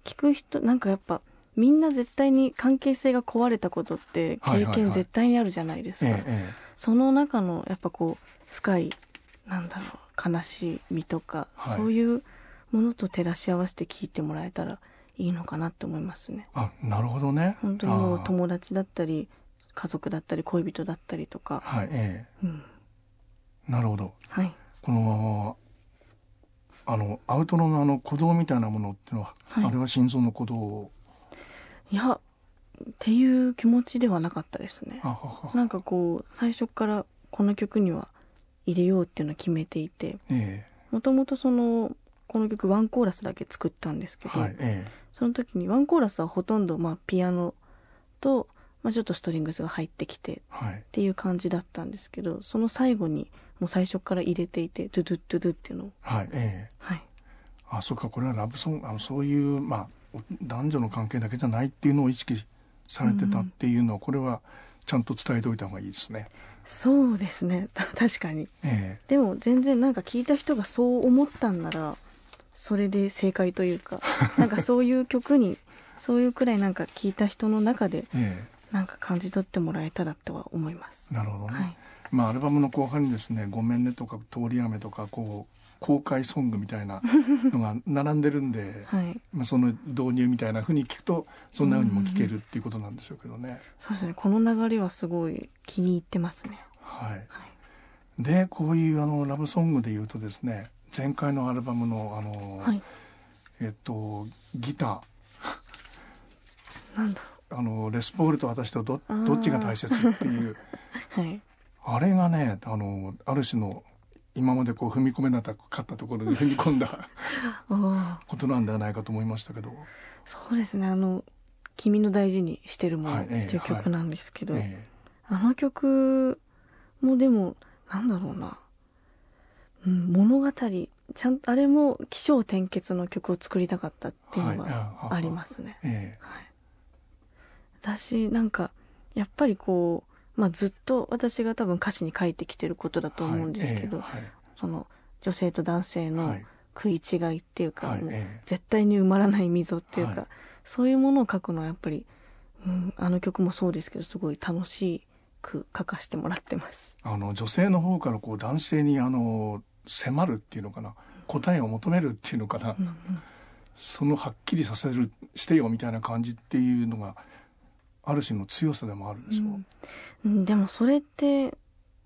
[SPEAKER 2] 聞く人、なんかやっぱみんな絶対に関係性が壊れたことって
[SPEAKER 1] はい
[SPEAKER 2] 経
[SPEAKER 1] はい
[SPEAKER 2] 験
[SPEAKER 1] はい
[SPEAKER 2] 絶対にあるじゃないです
[SPEAKER 1] え
[SPEAKER 2] か。
[SPEAKER 1] え、え
[SPEAKER 2] その中のやっぱこう深いなんだろう悲しみとか、
[SPEAKER 1] はい
[SPEAKER 2] そういうものと照らし合わせて聞いてもらえたらいいのかなって思いますね
[SPEAKER 1] え。あ、なるほどね。
[SPEAKER 2] 本当にもう
[SPEAKER 1] ああ
[SPEAKER 2] 友達だったり家族だったり恋人だったりとか、
[SPEAKER 1] はい、え
[SPEAKER 2] うん、
[SPEAKER 1] え、なるほど。
[SPEAKER 2] はい
[SPEAKER 1] このあのアウトロのあの鼓動みたいなものっていうのは、
[SPEAKER 2] はい
[SPEAKER 1] あれは心臓の鼓動
[SPEAKER 2] いやっていう気持ちではなかったですね
[SPEAKER 1] あはは
[SPEAKER 2] なんかこう最初からこの曲には入れようっていうのを決めていて
[SPEAKER 1] え
[SPEAKER 2] もともとそのこの曲ワンコーラスだけ作ったんです
[SPEAKER 1] え
[SPEAKER 2] けど、
[SPEAKER 1] はいえ
[SPEAKER 2] その時にワンコーラスはほとんどまあピアノと、まあ、ちょっとストリングスが入ってきてっ
[SPEAKER 1] えはい
[SPEAKER 2] ていう感じだったんですけどその最後にもう最初から入れていてドゥドゥドゥドゥっていうのを
[SPEAKER 1] はいええ
[SPEAKER 2] はい
[SPEAKER 1] あそうかこれはラブソングあのそういうまあお男女の関係だけじゃないっていうのを意識されてたっていうのは、これはちゃんと伝えておいた方がいいですね。
[SPEAKER 2] そうですね た確かに
[SPEAKER 1] え
[SPEAKER 2] でも全然なんか聞いた人がそう思ったんならそれで正解というか なんかそういう曲にそういうくらいなんか聞いた人の中で
[SPEAKER 1] ええ
[SPEAKER 2] なんか感じ取ってもらえたらとは思います
[SPEAKER 1] えなるほどね。
[SPEAKER 2] はい
[SPEAKER 1] まあアルバムの後半にですね「ごめんね」とか「通り雨」とかこう公開ソングみたい なのが並んでるんで。
[SPEAKER 2] はい
[SPEAKER 1] まあ、その導入みたいなふうに聞くとそんなふうにも聞けるっていうことなんでしょうけどね。
[SPEAKER 2] そうですねこの流れはすごい気に入ってますね
[SPEAKER 1] はい、
[SPEAKER 2] はい
[SPEAKER 1] でこういうあのラブソングで言うとですね前回のアルバムのあの、
[SPEAKER 2] はい
[SPEAKER 1] えっと、ギタ
[SPEAKER 2] なんだろ
[SPEAKER 1] ーあのレスポールと私とど
[SPEAKER 2] あー
[SPEAKER 1] どっちが大切っていう
[SPEAKER 2] うはい
[SPEAKER 1] あれがねあのある種の今までこう踏み込めなかったところに踏み込んだ
[SPEAKER 2] おー
[SPEAKER 1] ことなんではないかと思いましたけど、
[SPEAKER 2] そうですねあの「君の大事にしてるもの」
[SPEAKER 1] はい
[SPEAKER 2] っ
[SPEAKER 1] ええ
[SPEAKER 2] ていう曲なんですけど、
[SPEAKER 1] え
[SPEAKER 2] あの曲もでもなんだろうな、うん、物語ちゃんあれも起承転結の曲を作りたかったっていうの
[SPEAKER 1] はいああ
[SPEAKER 2] が
[SPEAKER 1] あ
[SPEAKER 2] ありますね、
[SPEAKER 1] ええ
[SPEAKER 2] はい、私なんかやっぱりこう、まあ、ずっと私が多分歌詞に書いてきてることだ
[SPEAKER 1] え
[SPEAKER 2] と思うんですけど、
[SPEAKER 1] はいえ
[SPEAKER 2] その女性と男性
[SPEAKER 1] えはい
[SPEAKER 2] の
[SPEAKER 1] はい
[SPEAKER 2] 食い違いっていうか、
[SPEAKER 1] はい
[SPEAKER 2] もう
[SPEAKER 1] え
[SPEAKER 2] 絶対に埋まらない溝っていうか、
[SPEAKER 1] はい
[SPEAKER 2] そういうものを書くのはやっぱり、うん、あの曲もそうですけどすごい楽しく書かせてもらってます。
[SPEAKER 1] あの女性の方からこう男性にあの迫るっていうのかな答えを求めるっていうのかな、
[SPEAKER 2] うんうん
[SPEAKER 1] そのはっきりさせるしてよみたいな感じっていうのがある種の強さでもあるんでしょう、
[SPEAKER 2] うんでもそれって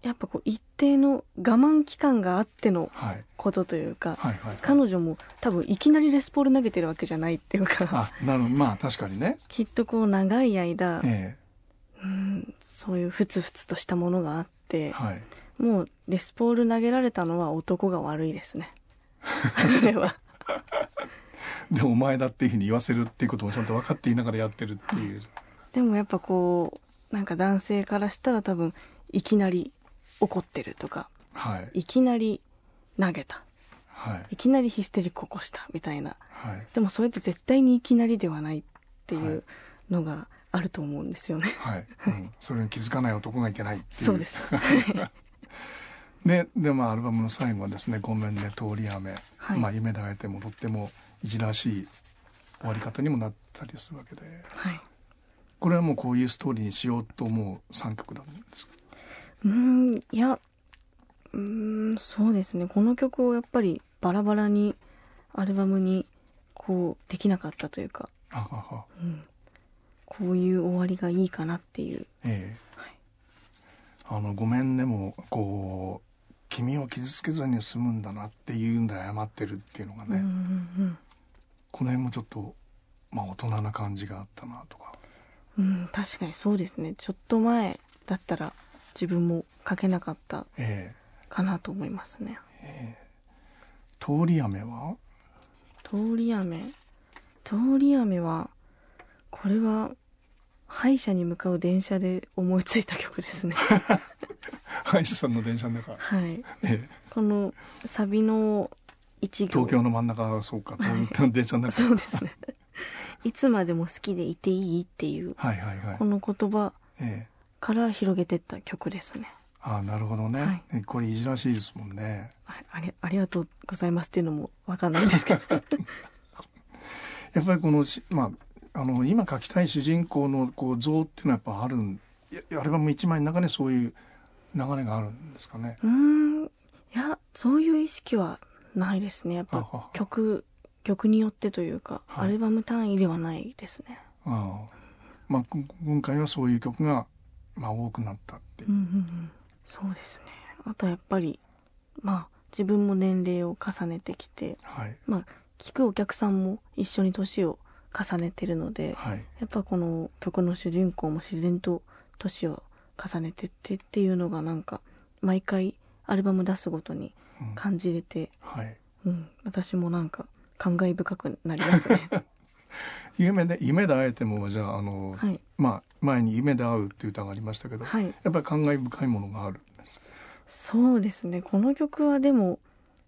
[SPEAKER 2] やっぱこう一定の我慢期間があっての
[SPEAKER 1] はい
[SPEAKER 2] ことというか、
[SPEAKER 1] はいはい
[SPEAKER 2] 彼女も多分いきなりレスポール投げてるわけじゃないっていうか
[SPEAKER 1] あなるほどまあ確かにね、
[SPEAKER 2] きっとこう長い間、
[SPEAKER 1] え
[SPEAKER 2] うん、そういうふつふつとしたものがあっ
[SPEAKER 1] え
[SPEAKER 2] て、
[SPEAKER 1] はい
[SPEAKER 2] もうレスポール投げられたのは男が悪いですね。あれは
[SPEAKER 1] でお前だっていうふうに言わせるっていうこともちゃんと分かっていながらやってるっていう、
[SPEAKER 2] でもやっぱこうなんか男性からしたら多分いきなり怒ってるとか
[SPEAKER 1] はい
[SPEAKER 2] いきなり投げた
[SPEAKER 1] はい
[SPEAKER 2] いきなりヒステリック起こしたみたいな
[SPEAKER 1] はい
[SPEAKER 2] でもそれって絶対にいきなりではないってい
[SPEAKER 1] はいう
[SPEAKER 2] のがあると思うんですよね。
[SPEAKER 1] はい、うん、それに気づかない男がいけないっていう
[SPEAKER 2] そうです。
[SPEAKER 1] でで、まあ、アルバムの最後はですね「ごめんね通り雨」
[SPEAKER 2] はい
[SPEAKER 1] まあ、夢で会えてもとってもいじらしい終わり方にもなったりするわけで
[SPEAKER 2] はい。
[SPEAKER 1] これはもうこういうストーリーにしようと思う3曲なんです
[SPEAKER 2] うーんいやうーんそうですねこの曲をやっぱりバラバラにアルバムにこうできなかったというか
[SPEAKER 1] あはは
[SPEAKER 2] こういう終わりがいいかなっていう
[SPEAKER 1] ええ
[SPEAKER 2] はい
[SPEAKER 1] あの「ごめんね」もこう君を傷つけずに済むんだなっていうんで謝ってるっていうのがね、
[SPEAKER 2] うんうんうん
[SPEAKER 1] この辺もちょっと、まあ、大人な感じがあったなとか
[SPEAKER 2] うん、確かにそうですねちょっと前だったら自分も書けなかった
[SPEAKER 1] ええ
[SPEAKER 2] かなと思いますね
[SPEAKER 1] 通り雨は
[SPEAKER 2] 通り雨通り雨はこれは歯医者に向かう電車で思いついた曲ですね
[SPEAKER 1] 歯医者さんの電車の中、
[SPEAKER 2] はい
[SPEAKER 1] ええ
[SPEAKER 2] このサビの一行
[SPEAKER 1] 東京の真ん中はそうか東京の電車 の中
[SPEAKER 2] そうですねいつまでも好きでいていいっていう
[SPEAKER 1] はいはいはい
[SPEAKER 2] こ。の言葉
[SPEAKER 1] ええ、
[SPEAKER 2] から広げてった曲ですね
[SPEAKER 1] ああなるほどね、
[SPEAKER 2] はい
[SPEAKER 1] えこれいじらしいですもんね。
[SPEAKER 2] ああれありがとうございますっていうのもわかんない ですけど
[SPEAKER 1] やっぱりこのしまああの今描きたい主人公のこう像っていうのはやっぱあるんいやアルバム一枚の中でそういう流れがあるんですかね。
[SPEAKER 2] うーんいやそういう意識はないですねやっ
[SPEAKER 1] あ
[SPEAKER 2] ぱ
[SPEAKER 1] は
[SPEAKER 2] 曲曲によってというか、
[SPEAKER 1] はい
[SPEAKER 2] アルバム単位ではないですね
[SPEAKER 1] ああまあこ今回はそういう曲がまあ、多くなったっていう
[SPEAKER 2] うんうんうん、そうですねあとやっぱりまあ自分も年齢を重ねてきて
[SPEAKER 1] はい
[SPEAKER 2] まあ聞くお客さんも一緒に年を重ねてるので
[SPEAKER 1] はい
[SPEAKER 2] やっぱこの曲の主人公も自然と年を重ねてってっていうのがなんか毎回アルバム出すごとに
[SPEAKER 1] うん
[SPEAKER 2] 感じれて、
[SPEAKER 1] はい
[SPEAKER 2] うん、私もなんか感慨深くなりますね。
[SPEAKER 1] 夢で夢で会えてもじゃああの、
[SPEAKER 2] はい、
[SPEAKER 1] まあ前に「夢で会う」っていう歌がありましたけど、
[SPEAKER 2] はい
[SPEAKER 1] やっぱり感慨深いものがあるんです
[SPEAKER 2] そうですねこの曲はでも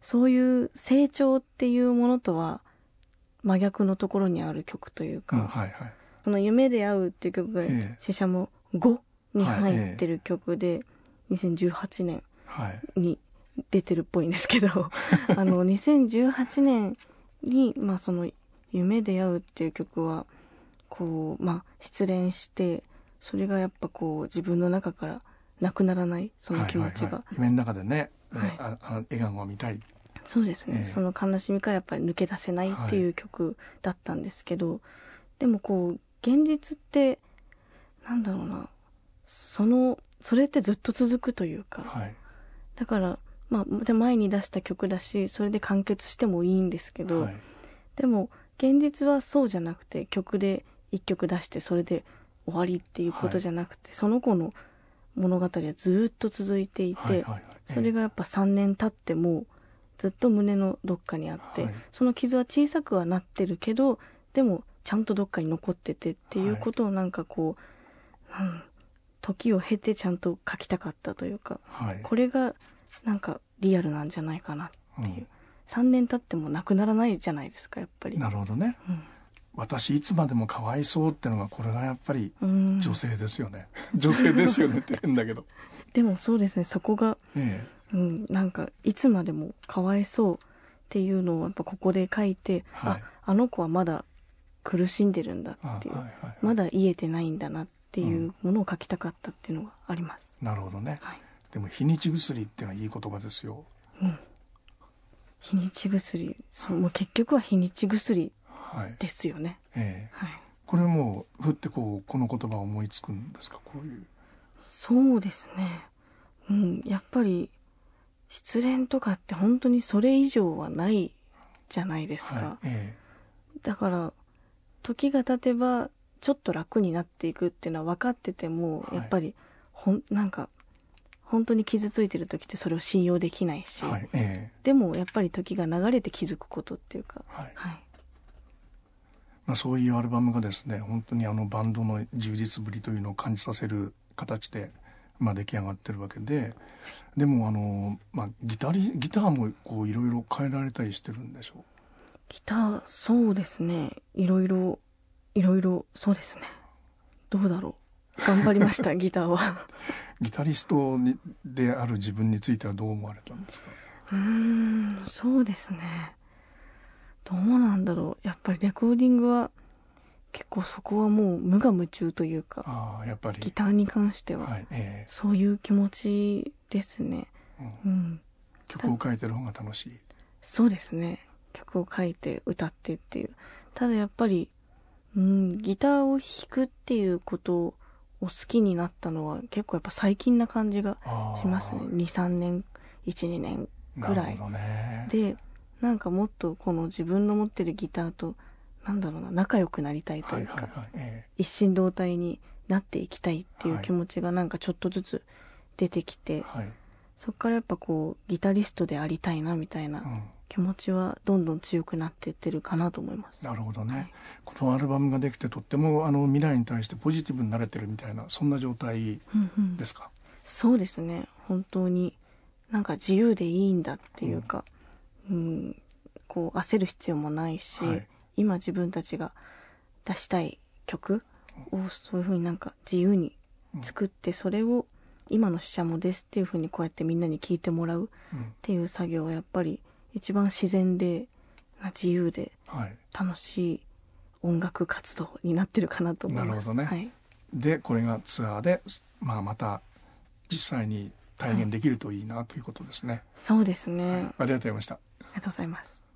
[SPEAKER 2] そういう成長っていうものとは真逆のところにある曲という
[SPEAKER 1] うん
[SPEAKER 2] か
[SPEAKER 1] はいはい
[SPEAKER 2] 「その夢で会う」っていう曲が
[SPEAKER 1] ええ
[SPEAKER 2] 「シシャモ5」に入ってる曲で2018年
[SPEAKER 1] はい
[SPEAKER 2] に出てるっぽいんですけ どあの2018年に、まあ、その「夢で会う」っていう曲はこう、まあ、失恋してそれがやっぱこう自分の中からなくならないその気持ちが、
[SPEAKER 1] はいはいはい、夢の中でね、
[SPEAKER 2] はい
[SPEAKER 1] ああの笑顔が見たい
[SPEAKER 2] そうです
[SPEAKER 1] え
[SPEAKER 2] ね、
[SPEAKER 1] え
[SPEAKER 2] その悲しみからやっぱり抜け出せないっていう曲だったんですけど、でもこう現実ってなんだろうなそのそれってずっと続くというか、
[SPEAKER 1] はい
[SPEAKER 2] だから、まあ、で前に出した曲だしそれで完結してもいいんですけど、
[SPEAKER 1] はい
[SPEAKER 2] でも現実はそうじゃなくて曲で1曲出してそれで終わりっていうことじゃなくて、その子の物語はずっと続いていて、
[SPEAKER 1] はいはいはい
[SPEAKER 2] それがやっぱ3年経ってもずっと胸のどっかにあって、
[SPEAKER 1] はい
[SPEAKER 2] その傷は小さくはなってるけどでもちゃんとどっかに残っててっていうことをなんかこう、うん時を経てちゃんと書きたかったというか
[SPEAKER 1] はい
[SPEAKER 2] これがなんかリアルなんじゃないかなっていう、3年経ってもなくならないじゃないですかやっぱ
[SPEAKER 1] う
[SPEAKER 2] り
[SPEAKER 1] ん、なるほどね
[SPEAKER 2] うん
[SPEAKER 1] 私いつまでもかわいそうってのがこれがやっぱり
[SPEAKER 2] うん
[SPEAKER 1] 女性ですよね、 女性ですよねって変だけど、
[SPEAKER 2] でもそうですねそこが、
[SPEAKER 1] え
[SPEAKER 2] うん、なんかいつまでもかわいそうっていうのをやっぱここで書いて、
[SPEAKER 1] はい
[SPEAKER 2] ああの子はまだ苦しんでるんだ
[SPEAKER 1] えあ
[SPEAKER 2] っていう、
[SPEAKER 1] はいはい
[SPEAKER 2] まだ癒えてないんだなっていうものを書きたかったっていうのがあります、
[SPEAKER 1] なるほどね
[SPEAKER 2] はい、
[SPEAKER 1] でも日にち薬っていうのはいい言葉ですよ
[SPEAKER 2] 日にち薬そうもう結局は日にち薬
[SPEAKER 1] はい、
[SPEAKER 2] ですよね
[SPEAKER 1] ええ
[SPEAKER 2] はい
[SPEAKER 1] これもうふってこうこの言葉を思いつくんですかこういう
[SPEAKER 2] そうですね。うん、やっぱり失恋とかって本当にそれ以上はないじゃないですか。
[SPEAKER 1] はいえ
[SPEAKER 2] だから時が経てばちょっと楽になっていくっていうのは分かってても、
[SPEAKER 1] はい
[SPEAKER 2] やっぱりほんなんか本当に傷ついてる時ってそれを信用できないし、
[SPEAKER 1] えはいええ
[SPEAKER 2] でもやっぱり時が流れて気づくことっていうか、
[SPEAKER 1] はい
[SPEAKER 2] はい、
[SPEAKER 1] まあ、そういうアルバムがですね本当にあのバンドの充実ぶりというのを感じさせる形で、まあ、出来上がってるわけででもあの、まあ、ギタリギターもこういろいろ変えられたりしてるんでしょ
[SPEAKER 2] ギターそうですねいろいろいろいろそうですねどうだろう頑張りました ギターは
[SPEAKER 1] うギタリストにである自分についてはどう思われたんですか
[SPEAKER 2] うーんそうですねどうなんだろうやっぱりレコーディングは結構そこはもう無我夢中というか
[SPEAKER 1] ああやっぱ
[SPEAKER 2] ギ
[SPEAKER 1] り、
[SPEAKER 2] ターに関しては、
[SPEAKER 1] はいええ
[SPEAKER 2] そういう気持ちですねうん
[SPEAKER 1] 曲を書いてる方が楽しい。
[SPEAKER 2] そうですね曲を書いて歌ってっていうただやっぱりうんギターを弾くっていうことを好きになったのは結構やっぱ最近な感じが
[SPEAKER 1] あー
[SPEAKER 2] しますね23年12年ぐらい
[SPEAKER 1] なるほどね。
[SPEAKER 2] でなんかもっとこの自分の持ってるギターとなんだろうな仲良くなりたいと
[SPEAKER 1] はいいう
[SPEAKER 2] か、
[SPEAKER 1] はいはい。え
[SPEAKER 2] 一心同体になっていきたいっていう
[SPEAKER 1] はい
[SPEAKER 2] 気持ちがなんかちょっとずつ出てきて、
[SPEAKER 1] えはい。
[SPEAKER 2] そっからやっぱこうギタリストでありたいなみたいな
[SPEAKER 1] うん。
[SPEAKER 2] 気持ちはどんどん強くなってってるかなと思います。
[SPEAKER 1] なるほどね、このアルバムができてとってもあの未来に対してポジティブになれてるみたいなそんな状態
[SPEAKER 2] うんうん
[SPEAKER 1] ですか、
[SPEAKER 2] そうですね本当になんか自由でいいんだっていうか、うん、こう焦る必要もないし、
[SPEAKER 1] はい
[SPEAKER 2] 今自分たちが出したい曲をそういうふうになんか自由に作ってそれを今の死者もですっていうふうにこうやってみんなに聞いてもらうっ
[SPEAKER 1] うん
[SPEAKER 2] ていう作業はやっぱり一番自然でまあ自由で
[SPEAKER 1] はい、
[SPEAKER 2] 楽しい音楽活動になってるかなと思います。
[SPEAKER 1] なるほど
[SPEAKER 2] はい
[SPEAKER 1] ねでこれがツアーで、まあ、また実際に体現できるといいなということですね、
[SPEAKER 2] そうですね、あ
[SPEAKER 1] ありがとうございました
[SPEAKER 2] りがとうございます。